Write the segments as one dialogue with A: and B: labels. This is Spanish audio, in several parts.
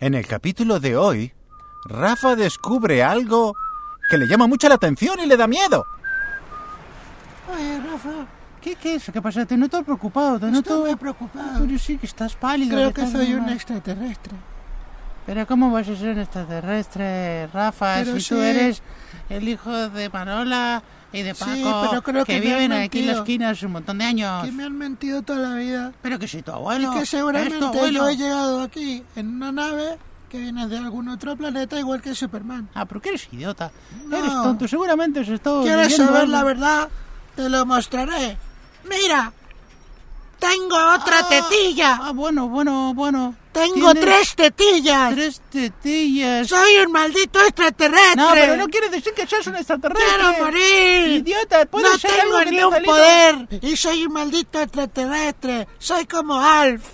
A: En el capítulo de hoy, Rafa descubre algo que le llama mucho la atención y le da miedo.
B: Oye, Rafa, ¿qué, qué es? ¿Qué pasa? Te noto preocupado, te
C: Estoy
B: noto...
C: muy preocupado.
B: Pero sí que estás pálido.
C: Creo
B: que
C: que
B: estás
C: soy
B: normal.
C: un extraterrestre.
B: Pero ¿cómo vas a ser un extraterrestre, Rafa,
C: Pero
B: si tú
C: sí.
B: eres el hijo de Manola y de
C: Sí,
B: Paco,
C: pero creo que me
B: viven
C: han
B: aquí en la
C: mentido.
B: esquina hace un montón de años?
C: Que me han mentido toda la vida.
B: Pero que soy tu abuelo.
C: y que
B: eres tu
C: seguramente
B: abuelo.
C: yo he llegado aquí en una nave que viene de algún otro planeta igual que Superman.
B: Ah, pero que eres idiota.
C: No.
B: Eres tonto, seguramente se está...
C: ¿Quieres
B: leyendo
C: saber
B: algo.
C: la verdad? Te lo mostraré. Mira, tengo otra
B: Ah,
C: tetilla.
B: Ah, bueno, bueno, bueno.
C: Tengo
B: Tienes
C: tres tetillas.
B: Tres tetillas.
C: Soy un maldito extraterrestre.
B: No, pero no quiere decir que seas un extraterrestre.
C: quiero morir.
B: Idiota, puede
C: no
B: ser
C: tengo
B: algo que
C: ni
B: te ha
C: un
B: salido.
C: poder y soy un maldito extraterrestre. Soy como Alf.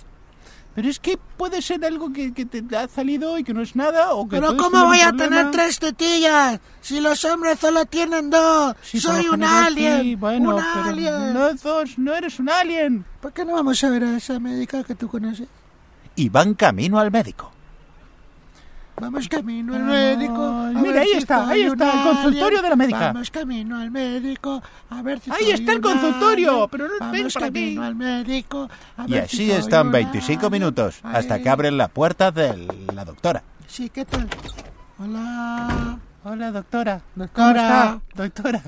B: Pero es que puede ser algo que, que te ha salido y que no es nada. O que
C: Pero
B: puedes
C: ¿cómo
B: tener un
C: voy a
B: problema.
C: tener tres tetillas si los hombres solo tienen dos?
B: Sí, por
C: soy
B: lo
C: un
B: general,
C: alien.
B: sí, bueno,
C: un
B: pero
C: alien.
B: No dos, no eres un alien.
C: ¿Por qué no vamos a ver a esa médica que tú conoces?
A: Y van camino al médico.
C: Vamos camino al
B: Ay,
C: médico. a
B: mira,
C: ver
B: ahí
C: si
B: está, ahí
C: soy un
B: está, el consultorio de la médica.
C: Vamos camino al médico a ver si
B: Ahí
C: soy
B: está el
C: un
B: consultorio,
C: alien.
B: pero no-
C: Vamos
B: ven para aquí.
C: camino al médico a
A: Y
C: ver si
A: así
C: soy
A: están
C: un
A: 25
C: alien.
A: minutos hasta
C: Ahí.
A: que abren la puerta de la doctora.
C: Sí, ¿qué tal? Hola,
B: Hola, doctora. ¿Cómo
C: doctora.
B: está? Doctora.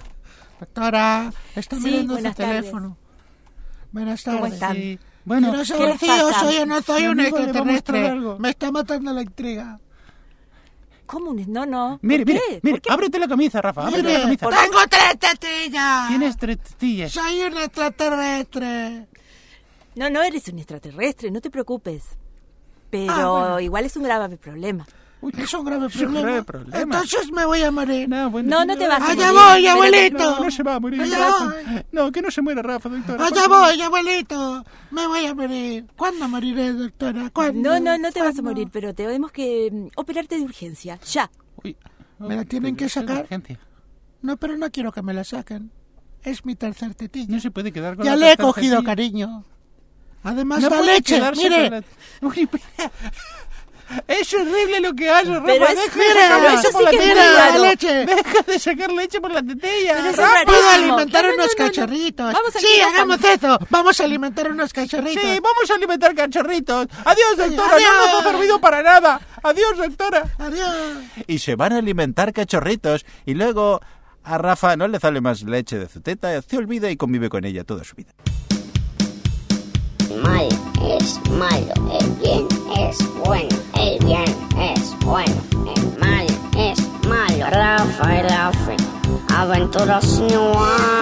C: Doctora, está
D: Sí,
C: mirando su
D: buenas tardes.
C: teléfono. Buenas tardes.
D: ¿Cómo están?
B: Sí.
C: Bueno,
B: Bueno,
C: no
D: ¿qué
C: sé
D: les
C: si yo
D: pasa?
C: soy o no soy
B: Mi
C: un
B: amigo le va a mostrar
C: extraterrestre.
B: algo.
C: Me está matando la intriga.
D: ¿Cómo? un- No, no.
B: mire,
D: ¿Por
B: mire,
D: qué?
B: mire,
D: ¿Por qué?
B: ábrete la camisa, Rafa, ábrete la
C: Mire,
B: camisa.
C: ¡Tengo tres tetillas!
B: Tienes tres tetillas.
C: ¡Soy un extraterrestre!
D: No, no eres un extraterrestre, no te preocupes. Pero
C: Ah, bueno.
D: igual es un grave problema.
B: Uy,
C: Es un grave
B: Es un
C: problema.
B: grave problema.
C: Entonces me voy a morir.
B: No, bueno,
D: No, no te vas a
C: ¡Allá
D: morir,
C: voy,
D: espérate,
C: abuelito!
B: No, no se va a morir,
C: ¡Allá
B: Rafa.
C: voy!
B: No, que no se muera Rafa, doctora. por
C: ¡Allá
B: favor.
C: voy, abuelito! ¡Me voy a morir! ¿Cuándo moriré, doctora? ¿Cuándo?
D: No, no, no te vas a
C: ¿Cuándo?
D: morir, pero tenemos que mm, operarte de urgencia. Ya.
B: Uy,
C: ¿Me la tienen
B: pero
C: que
B: eso es de
C: sacar?
B: urgencia.
C: No, pero no quiero que me la saquen. Es mi tercer tetilla.
B: No se puede quedar con
C: ya
B: la
C: le he
B: tercera
C: cogido
B: tetilla.
C: cariño. Además
B: No
C: da
B: puede
C: leche,
B: quedarse
C: mire.
B: con la- Uy, mira. Es horrible lo que hace, Rafa.
D: Pero es-
B: Deja de
D: mira,
B: sacar
D: pero
B: leche
D: eso
B: por
D: sí
B: la
D: que es
B: tetilla.
D: raro.
B: Deja de sacar leche por la tetilla.
D: Pero eso es
B: Rafa.
D: raro.
C: Vamos a
D: Rarísimo.
C: alimentar
D: No, no,
C: unos
D: no, no.
C: cachorritos.
D: Vamos a
C: sí,
D: alimentar
C: hagamos eso. Vamos a alimentar unos cachorritos.
B: Sí, vamos a alimentar cachorritos. Adiós, doctora.
C: adiós.
B: No nos ha servido para nada. Adiós, doctora.
C: Adiós.
A: Y se van a alimentar cachorritos y luego a Rafa no le sale más leche de su teta, se olvida y convive con ella toda su vida.
E: Mal es malo, el bien es bueno, el bien es bueno, el mal es malo. Rafa, Rafa, aventuras sin igual.